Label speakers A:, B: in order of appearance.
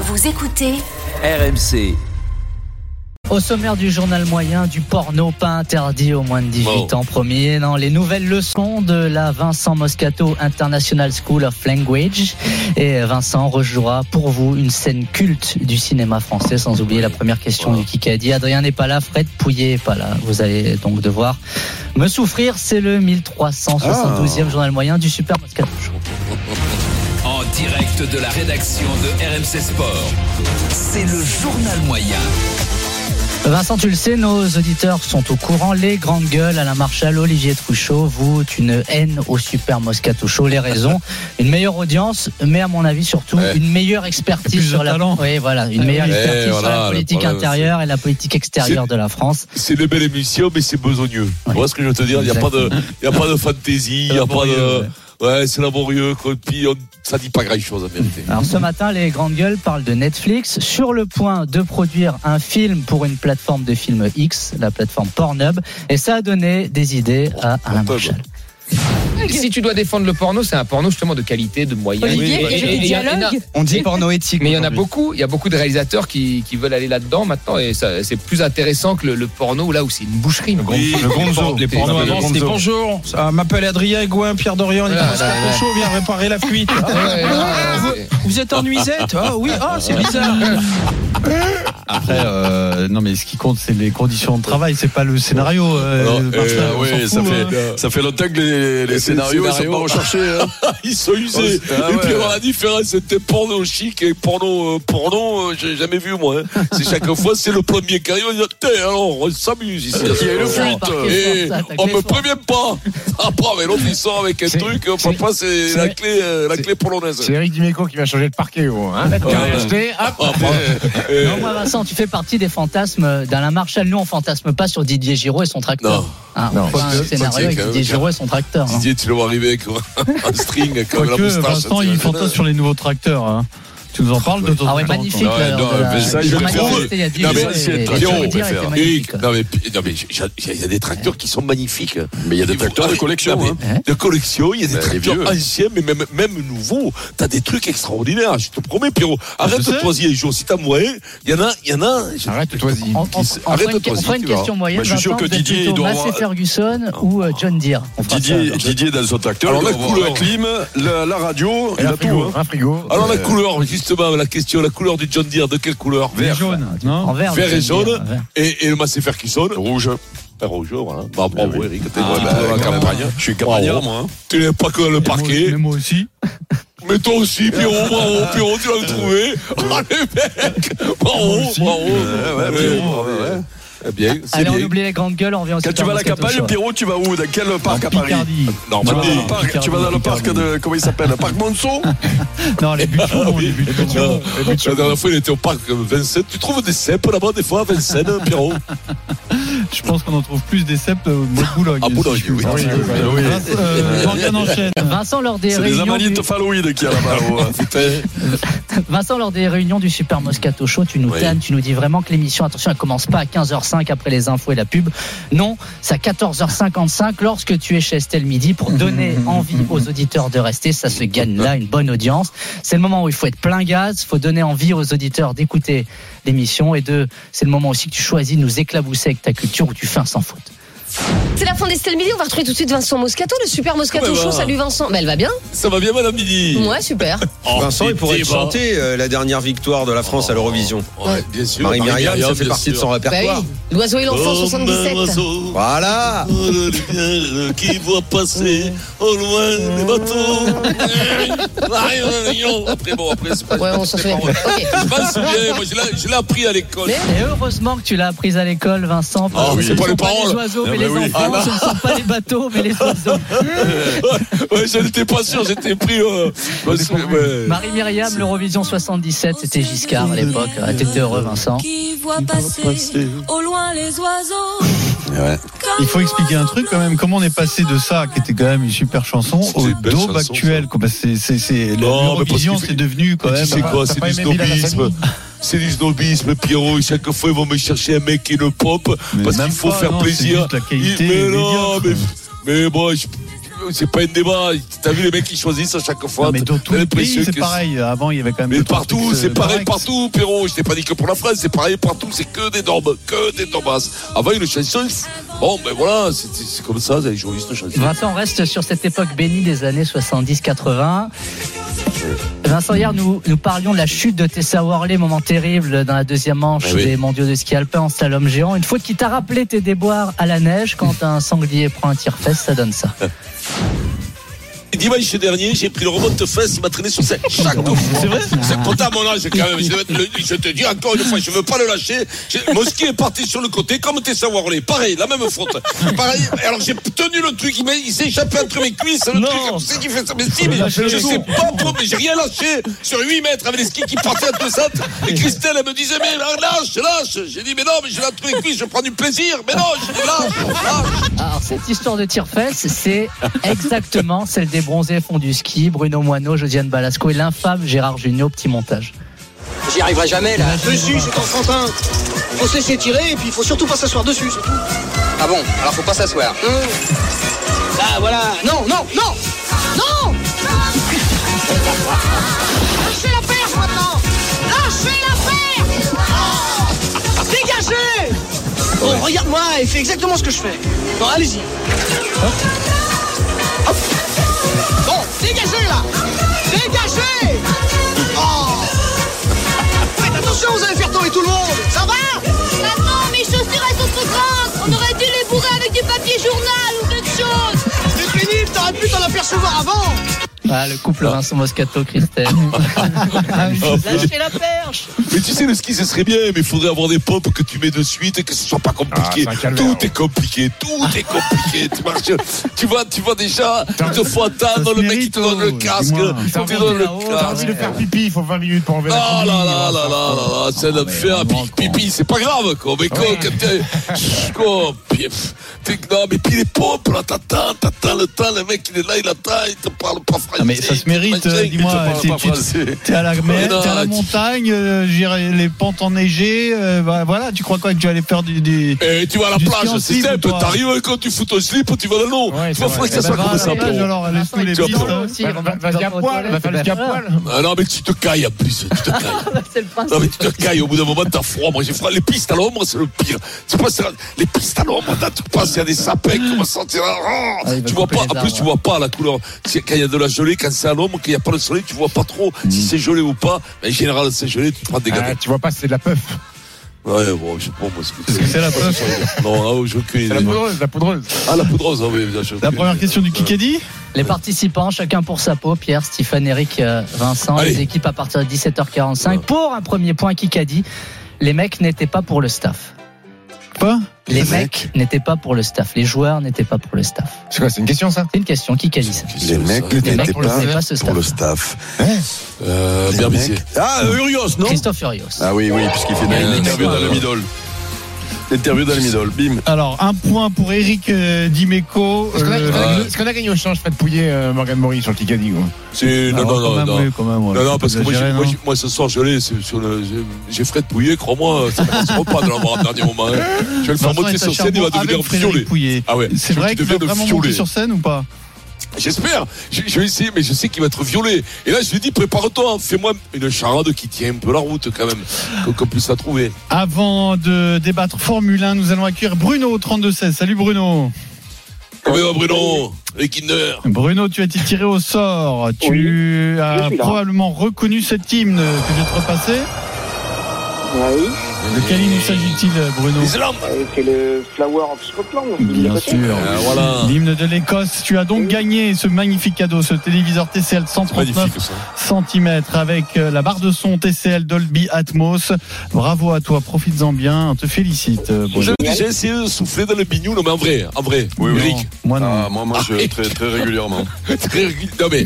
A: Vous écoutez
B: RMC.
C: Au sommaire du journal moyen, du porno pas interdit aux moins de 18
B: Wow.
C: ans premier. Non, les nouvelles leçons de la Vincent Moscato International School of Language. Et Vincent rejouera pour vous une scène culte du cinéma français, sans oublier la première question du Kikadi. Adrien n'est pas là, Fred Pouillet n'est pas là. Vous allez donc devoir me souffrir. C'est le 1372e journal moyen du Super Moscato Show.
D: En direct de la rédaction de RMC Sport, c'est le journal moyen.
C: Vincent, tu le sais, nos auditeurs sont au courant. Les grandes gueules, Alain Marchal, Olivier Truchot, vouent une haine au Super Moscato Show. Les raisons, une meilleure audience, mais à mon avis surtout
E: Ouais.
C: une meilleure expertise
F: plus de
C: sur la
F: talent.
C: Oui, voilà, une meilleure
E: ouais.
C: expertise
E: Eh,
C: sur
E: voilà,
C: la
E: le
C: politique
E: problème,
C: intérieure et la politique extérieure de la France.
E: C'est une belle émission, mais c'est besogneux. Tu vois ce que je veux te dire Il n'y a, pas de- il y a pas de fantaisie, il n'y a pas de. Ouais, c'est laborieux, quoi. puis on- ça dit pas grand chose en vérité.
C: Alors ce matin, les grandes gueules parlent de Netflix sur le point de produire un film pour une plateforme de films X, la plateforme Pornhub, et ça a donné des idées à Alain
E: Pornhub.
C: Marchal.
G: Et Si tu dois défendre le porno, c'est un porno justement de qualité, de moyens.
H: Olivier, il y a des
G: il y en a-
H: dialogues.
F: On dit porno éthique.
G: Mais il y en a
F: aujourd'hui.
G: beaucoup, il y a beaucoup de réalisateurs qui, qui veulent aller là-dedans maintenant et ça- c'est plus intéressant que le, le porno là où c'est une boucherie. mais
E: Oui,
G: bon-
F: Le gonzo, les
G: pornos
F: pornos
G: avant,
F: avant, c'était bonjour. Ça ah, m'appelle Adrien Gouin, Pierre Dorian,
G: Voilà,
F: Nicolas
G: voilà,
F: Carpochaud, viens réparer la fuite. Ah,
G: ouais, ouais,
F: ah,
G: ouais,
F: vous-
G: ouais.
F: Vous êtes en nuisette Ah oui, ah c'est bizarre.
I: Après, euh, non, mais ce qui compte, c'est les conditions de travail, c'est pas le scénario. euh,
E: Non, euh,
I: Marcel, on
E: ouais,
I: s'en
E: ça
I: fout,
E: fait-
I: hein.
E: Ça fait longtemps que les,
I: les scénarios, ils sont pas hein.
E: recherchés. ils sont usés.
I: Ah
E: et puis
I: ouais.
E: alors, la différence, c'était porno chic et porno, euh, porno, euh, j'ai jamais vu moi. hein. C'est chaque fois, c'est le premier qui arrive, on dit, Tiens, alors, on s'amuse ici.
I: Euh,
E: Il y a une
C: fuite.
E: Et
C: Attaquez
E: on me
C: fort.
E: prévient pas. Après, mais l'autre, il sort avec un
F: C'est-
E: truc, euh, papa, c'est
F: c'est-
E: la clé, euh, la clé polonaise.
F: Eric Dimeco qui va changer de parquet, gros. Hein
I: Oh,
E: Ah, bah, euh,
C: Non, moi, Vincent, tu fais partie des fantasmes d'Alain Marchal. Nous, on fantasme pas sur Didier Giraud et son tracteur.
E: Non.
C: Ah,
E: Non.
C: on fait un
E: Faut
C: scénario
E: dire
C: avec
E: que-
C: Didier Giraud et son tracteur. hein.
E: Didier, tu le vois arriver avec un string comme la
I: Quoique,
E: moustache.
I: Vincent,
E: tu vois.
I: il fantasme sur les nouveaux tracteurs. hein. Tu nous en parles de ton
C: Ah ouais, magnifique.
E: Ouais,
C: là,
E: non,
C: de la-
E: mais ça, je
C: le
E: préfère-
C: manifeste, il y a Didier
E: Non, mais
C: Giraud
E: c'est
C: et- et
E: très
C: le
E: bien,
C: tracteur
E: on
C: était
E: préfère.
C: magnifique.
E: Eric, non mais non mais j'ai- j'ai- il y a des tracteurs qui sont magnifiques. Mais il ah y a des
I: tracteurs de collection,
C: hein.
E: De collection, il y a des
I: Bah, les
E: tracteurs
I: vieux.
E: anciens mais même même nouveaux. T'as des trucs extraordinaires. Je te promets, Pierrot. Arrête de
I: sais.
E: toisiller, Jo. Si t'as moyen, il y en a, il y en a. je-
F: Arrête, toi,
C: On, on- on
E: Arrête
C: fera une,
E: de
C: on
E: toisiller,
C: fera une
E: tu vas.
C: question moyenne.
I: hein. Moi, je suis sûr
C: Vincent,
I: que
C: vous êtes
I: Didier, il
C: plutôt
I: doit
C: Massey
I: avoir-
C: Ferguson ou euh, John Deere. On fera ça, alors.
I: Didier dans son tracteur,
E: Alors, il la doit avoir couleur. la
I: clim, la,
E: Oh,
I: radio,
F: un frigo, un frigo.
E: Alors hein. Ah
I: Euh,
E: la couleur, justement, la question, la couleur du John Deere, de quelle couleur
I: Vert. jaune,
E: Ah,
C: En
I: non
C: vert.
E: Vert
C: le
E: et
C: John Deere,
E: jaune.
C: en vert.
E: Et, et le Massé Ferguson Rouge. Rouge, voilà. Bah, bravo,
I: oui.
E: Eric. T'es
I: Ah,
E: bon,
I: bah,
E: t'es dans la
I: quand même.
E: campagne.
I: Je suis
E: campagnard,
I: moi.
E: Tu n'es pas que dans le parquet.
I: Mais moi aussi.
E: Mais toi aussi, Pierrot, bravo, Pierrot, tu vas le trouver. Ah, les mecs Bravo, bravo.
I: Euh. ouais, Pierrot, ouais, ouais.
E: Eh Bien, c'est
C: Allez, on
E: bien.
C: oublie les grandes gueules, on revient au
I: Quand tu vas à la campagne, Pierrot, tu vas où Dans quel parc à Paris
E: Normandie.
I: Dans le parc,
C: Picardie,
I: Tu vas dans le parc
C: Picardie.
I: de. Comment il s'appelle Parc Monceau Non, les buts les buts
E: Non, La dernière fois, il était au parc euh, Vincennes. Tu trouves des cèpes là-bas, des fois, à Vincennes, hein, Pierrot
I: Je pense qu'on en trouve plus des ceps au Boulogne.
E: À Boulogne, oui.
I: Ah,
E: Oui.
I: Euh, Morgane enchaîne.
C: Vincent lors, des
I: C'est des
C: réunions du,
I: amanites phalloïdes qu'il y a là-bas.
E: Putain.
C: Vincent, lors des réunions du Super Moscato Show, tu nous
E: Oui.
C: tannes, tu nous dis vraiment que l'émission, attention, elle commence pas à 15h05 après les infos et la pub. Non, c'est à 14h55 lorsque tu es chez Estelle Midi pour donner envie aux auditeurs de rester. Ça se gagne là, une bonne audience. C'est le moment où il faut être plein gaz, faut donner envie aux auditeurs d'écouter l'émission et de, c'est le moment aussi que tu choisis de nous éclabousser avec ta culture où tu fais un sans faute.
H: C'est la fin d'Estelle Midi, on va retrouver tout de suite Vincent Moscato, le super Moscato
E: Ah bah,
H: Show.
E: bah.
H: Salut Vincent. Bah, elle va bien
E: Ça va bien, madame Midi
H: Ouais, super.
E: Oh,
J: Vincent, il pourrait te
E: petit débat.
J: chanter euh, la dernière victoire de la France à l'Eurovision.
E: Ouais, bien sûr.
J: Marie-Myriam, ça fait partie de son
H: Bah oui,
J: répertoire.
H: l'oiseau et l'enfant 77.
J: Voilà
E: qui voit passer au loin les bateaux. Ah, Marie Marion. Après, bon, après, c'est pas.
H: Ouais, on s'en
E: c'est pas
H: souvient.
E: vrai.
H: Ok.
E: Je pense bien, moi, je l'ai- je l'ai appris à l'école.
C: Et heureusement que tu l'as apprise à l'école, Vincent.
E: Ah
C: parce
E: oui,
C: que
E: c'est
C: ce
E: pas
C: sont
E: les
C: pas
E: paroles.
C: les oiseaux, mais les les
E: oui.
C: enfants,
E: Ah,
C: ce ne sont pas les bateaux, mais les oiseaux.
E: ouais, je n'étais pas sûr, j'étais pris. Euh, parce que, ouais.
C: Marie Myriam, l'Eurovision 77, c'était Giscard à l'époque. Ah, T'étais heureux, Vincent.
B: Qui voit passer au loin les oiseaux.
I: Il faut expliquer un truc quand même. Comment on est passé de ça, qui était quand même une super chanson,
E: C'était
I: au
E: une belle
I: daube
E: chanson,
I: actuel quoi. Parce que c'est- c'est- c'est-
E: Non, mais parce
I: L'Eurovision,
E: qu'il fait-
I: c'est devenu quand
E: Tu
I: même.
E: sais quoi,
F: t'as
E: c'est
F: pas
E: du
F: aimé Mila
E: snobisme.
F: Lasagna
E: C'est du snobisme, Pierrot. Chaque fois, ils vont me chercher un mec qui ne pop
I: Mais
E: parce
I: même
E: qu'il faut
I: pas,
E: faire
I: non, c'est
E: plaisir.
I: juste la qualité
E: Il- mais
I: médiocre.
E: non, mais, mais bon, je- c'est pas un débat. T'as vu les mecs qui choisissent à chaque fois.
I: Non, mais dans tous
E: T'as
I: les
E: l'impression
I: pays, c'est
E: Eh, que-
I: pareil. Avant, il y avait quand même.
E: Mais
I: deux, trois
E: partout,
I: trucs,
E: c'est
I: euh,
E: pareil
I: corrects.
E: partout, Pierrot. Je t'ai pas dit que pour la France, c'est pareil partout. C'est que des normes, que des normas. Avant, une chanson, bon, ben voilà, c'est- c'est c'est comme ça, les journalistes chansons.
C: Vincent, on reste sur cette époque bénie des années 70-80. Vincent, hier, nous, nous parlions de la chute de Tessa Worley, moment terrible dans la deuxième manche
E: Eh oui.
C: des mondiaux de ski alpin en slalom géant. Une faute qui t'a rappelé tes déboires à la neige quand un sanglier prend un tire-fesse, ça donne ça.
E: Dimanche dernier, j'ai pris le remonte fesse, il m'a traîné sur cette chaque fois. C'est vrai C'est comptable à mon âge quand même. Je, vais te le- je te dis encore une fois, je veux pas le lâcher. Je- Mon ski est parti sur le côté comme tes savoir Pareil, la même faute. Pareil. Alors j'ai tenu le truc, il, m'a- il s'est échappé entre mes cuisses. Le truc, tu sais qui fait ça Mais si, mais je sais pas pourquoi, mais j'ai rien lâché sur 8 mètres avec les skis qui partaient à 200. Et Christelle, elle me disait, mais lâche, lâche. J'ai dit, mais non, mais j'ai lâché entre mes cuisses, je prends du plaisir. Mais non, je dis, lâche, lâche.
C: Alors, cette histoire de tire-fesse, c'est exactement celle des bronzés fonds du ski, Bruno Moineau, Josiane Balasco et l'infâme Gérard Junior, petit montage.
K: J'y arriverai jamais là. Dessus, c'est enfantin. Faut se laisser tirer et puis il faut surtout pas s'asseoir dessus, c'est tout. Ah bon Alors faut pas s'asseoir. Ah voilà. Non, non, non Non Lâchez la perche maintenant Lâchez la perche Oh Dégagez Oh, Bon, regarde-moi, il fait exactement ce que je fais. Bon, allez-y. Hop. Bon, dégagez là Dégagez Oh Faites attention, vous allez faire tomber tout le monde Ça va
B: Maman, Ah mes chaussures, elles sont trop grandes. On aurait dû les bourrer avec du papier journal ou quelque chose.
K: C'est pénible, t'aurais pu t'en apercevoir avant
C: Ah, le couple Vincent Moscato, Christelle. Lâchez la perche
E: Mais tu sais, le ski, ce serait bien, mais il faudrait avoir des pompes que tu mets de suite et que ce soit pas compliqué.
F: Ah, c'est un calvaire,
E: tout
F: ouais.
E: est compliqué, tout est compliqué. tu marches, tu vois, tu vois déjà, deux fois
I: ça
E: t'attends,
I: se
E: le mec, il
I: mérite,
E: te donne le
I: oh,
E: casque,
I: dis-moi.
E: il
F: T'as
E: te
F: envie
E: donne le
C: là-haut,
F: T'as envie
E: casque.
F: de faire pipi, il faut 20 minutes pour enlever la Ah,
E: Ah
F: combine,
E: là là là
F: il va
E: là
F: falloir-
E: là là, c'est l'enfer,
I: vraiment,
E: pipi, pipi, c'est pas grave, quoi, mais quoi,
F: Ouais.
E: quand t'es, Chut, quoi, puis, pff, t'es, non, mais puis les pompes, là, t'attends, t'attends le temps, le mec, il est là, il attend, il te parle pas français.
I: Ah, mais ça se mérite,
E: Il te
I: euh, dis-moi,
E: parle
I: c'est-
E: pas
I: tu-
E: français.
I: T'es à la mer,
E: non,
I: t'es à la
E: tu-
I: montagne, euh, j'irai- les pentes enneigées, euh, bah, voilà, tu crois quoi que tu vas aller faire du. du...
E: Et Eh, tu vas à la
I: Du
E: plage,
I: ski en
E: c'est
I: slip,
E: simple,
I: toi.
E: t'arrives quand tu fous ton slip, tu vas dans l'eau.
F: Ouais,
E: tu
F: c'est
E: vas
F: vrai.
E: falloir que ça
F: Eh
E: soit
F: ben,
E: comme
F: voilà, les
E: ça, pour
F: gars,
E: eux.
I: alors, laisse tous les
E: tu vas
I: pistes.
E: pas-
I: hein.
F: Va- va- Vas-y à poil, va faire le ski à poil.
E: Ah non, mais tu te cailles en plus, tu te cailles.
C: C'est le principe.
E: Non, mais tu te cailles, au bout d'un moment, t'as froid. Moi, j'ai froid. Les pistes à l'ombre, c'est le pire. Tu passes, les pistes à l'ombre, là, tu passes, il y a des sapins qui vont sentir la- oh
C: Ah, il va
E: tu vois
C: couper
E: pas,
C: les
E: en plus,
C: arbres.
E: tu vois pas la couleur. C'est- Quand il y a de la gelée, quand c'est à l'ombre, qu'il n'y a pas le soleil, tu vois pas trop si c'est gelé ou pas. Mais en général, c'est gelé, tu te prends des
F: Ah,
E: gâteaux.
F: Tu vois pas, c'est de la puff.
E: Ouais, bon, je sais pas, moi, ce que
I: Parce que c'est la preuve.
E: Non, ah, j'ai aucune
F: C'est la
E: idée.
F: poudreuse, la poudreuse.
E: Ah, la poudreuse, ah oui, bien sûr.
I: La première question du Kikadi
C: Les participants, chacun pour sa peau, Pierre, Stéphane, Eric, euh, Vincent,
E: Allez.
C: les équipes à partir de 17h45 pour un premier point Kikadi. Les mecs n'étaient pas pour le staff.
I: Quoi
C: Les mecs n'étaient pas pour le staff. Les joueurs n'étaient pas pour le staff.
F: C'est quoi, c'est une question ça
C: C'est une question Kikadi. ça.
E: Les mecs
C: Les mecs n'étaient pas ce
J: Pour
C: staff.
J: le staff.
E: Euh, Berbizier.
J: Ah, Urios, non
C: Christophe Furios.
J: Ah oui, oui, puisqu'il fait
E: Euh,
J: l'interview
E: non.
J: dans le middle. L'interview dans le middle, bim.
I: Alors, un point pour Eric euh, Dimeco.
F: Est-ce qu'on a-
I: euh,
F: est-ce qu'on a- est-ce qu'on a gagné au change Fred Pouillet, euh, Morgan Maury sur le Kikadi gros
E: C'est, non,
I: alors,
E: non,
I: Ah, quand
E: non,
I: même,
E: non.
I: oui, quand même, hein. ouais,
E: Non, non,
I: faut
E: parce que moi,
I: exagérer,
E: j'ai- moi,
I: non
E: j'ai- moi, ce soir, je l'ai. c'est Sur le, j'ai- j'ai Fred Pouillet, crois-moi, euh, ça ne passe pas de l'avoir à dernier moment. hein. Je vais le faire
I: Vincent
E: monter
I: est à
E: sur scène, il va
I: Cherbourg
E: devenir
I: avec Frédéric
E: violet.
I: Pouillet.
E: Ah ouais, je
I: C'est
E: veux
I: vrai
E: qu'il
I: qu'il va
E: devienne
I: vraiment
E: violet.
I: monter sur scène ou pas
E: J'espère. Je, je vais essayer, mais je sais qu'il va être violet. Et là, je lui dis, prépare-toi, hein, fais-moi une charade qui tient un peu la route, quand même, qu'on- qu'on puisse la trouver.
I: Avant de débattre Formule 1, nous allons accueillir Bruno au 32-16. Salut Bruno.
E: Comment va, Bruno Les Kinder.
I: Bruno, tu as été tiré au sort. Tu as
K: suis là.
I: probablement reconnu cet hymne que je vais te repasser.
K: Oui.
I: De quelle île s'agit-il, Bruno
L: C'est le Flower of Scotland.
I: Bien sûr.
E: Euh,
I: L'hymne de l'Écosse. Tu as donc gagné ce magnifique cadeau, ce téléviseur TCL 139
J: magnifique, ça.
I: cm avec euh, la barre de son TCL Dolby Atmos. Bravo à toi, profites-en bien. On te félicite, euh,
E: J'ai
I: Bruno.
E: déjà essayé de souffler dans le bignou, non mais en vrai, en vrai.
J: Oui, oui.
E: Eric.
I: Moi non.
J: Ah, moi, moi, je, très, très régulièrement.
E: Très régul- Non mais